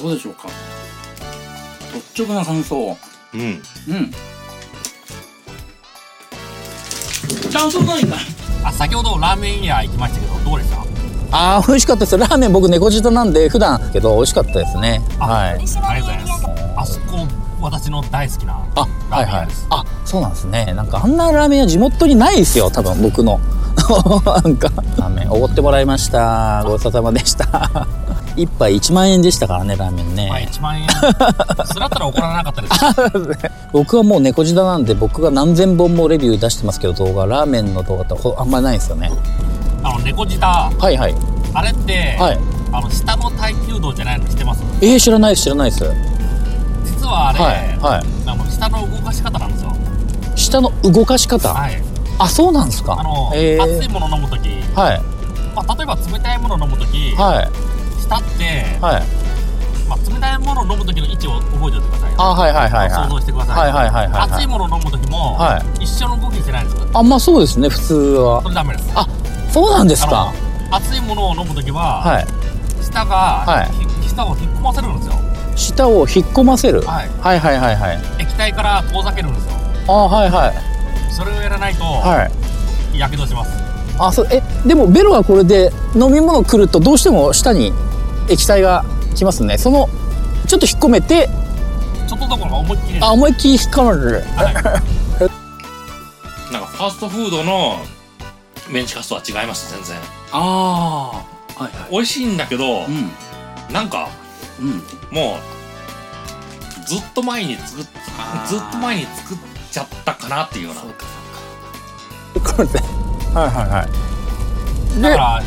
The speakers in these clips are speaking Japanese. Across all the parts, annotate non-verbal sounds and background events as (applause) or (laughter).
どうでしょうか率直な感想をうんうん感想ないんだあ先ほどラーメン屋行きましたけどどうでしたあー美味しかったですラーメン僕猫舌なんで普段けど美味しかったですねあはいありがとうございますあそこ私の大好きなあはいラーメはンいですあそうなんですねなんかあんなラーメン屋地元にないですよ多分僕の (laughs) なんかラーメンおごってもらいました (laughs) ごちそうさまでした一杯1万円でしたからねラーメンね、まあ1万 (laughs) 円それだったら怒らなかったですけど僕はもう猫舌なんで僕が何千本もレビュー出してますけど動画ラーメンの動画ってほあんまりないですよねあの猫舌はいはいあれって、はいあの下の耐久度じゃないの知ってますえー、知らないです知らないですは実はあれ、いはいあの下の動かし方なんですよ下の動かし方はいあそうなんですかあの、えー熱いもの飲む時、はいまあ、例えば冷たいもの飲む時、はい下って、はいまあ、冷たいもの飲む時の位置を覚えておいてくださいあはいはいはい想は像いしてくださ、はいいはいはいはいは熱いいもの飲む時も、は一緒の動きしてないんですよあまあそうですね普通はそれダメですあそうなんですかあの熱いものを飲む時は、はい舌が、はいひ舌を引っ込ませるんですよ舌を引っ込ませるはいはいはいはいはい液体から遠ざけるんですよあはいはいそれをやらないと、はいやけどしますあそうえでもベロがこれで飲み物来るとどうしても下に液体が来ますねそのちょっと引っ込めてちょっとどころか思いっきりですあ思いっきり引っ込まれるなんかファーストフードのメンチカツとは違います全然ああはいは美味しいんだけど、うんなんかうんもうずっと前に作っあーずっと前に作っちゃったかなっていうようなそうかこれではいはいはいだでかあら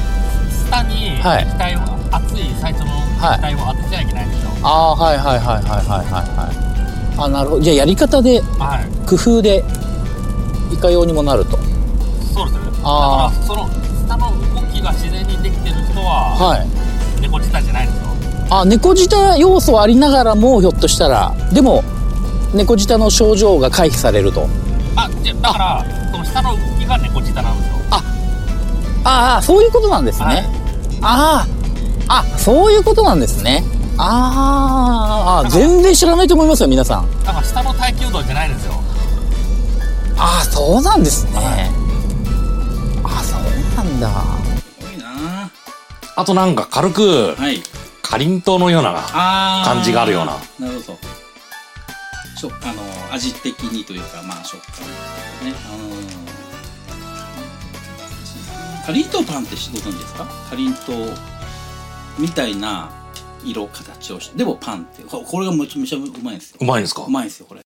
下に液はい体を、熱い最初の液体を当てちゃいけないんですよあーはいはいはいはいはいはいはいあなるほどじゃあやり方ではい、工夫でいかようにもなるとそうですねだかあらその下の動きが自然にできてる人ははい猫自体じゃないんですよあ猫舌要素ありながらもひょっとしたらでも猫舌の症状が回避されるとあじゃだからその下の動きが猫自体なんですよああそういうことなんですね、はいあああそういうことなんですねあーあー全然知らないと思いますよ皆さんだから下の耐久度じゃないんですよああそうなんですね、ああそうなんだすごいなあとなんか軽くはいかりんとうのようなあー感じがあるようななるほど食あの味的にというかまあ食感ねあのーかりんとうパンってご存知ですかかりんとうみたいな色形をしてでもパンってここれがめちゃめちゃうまいんですようまいんですかうまいんですよこれ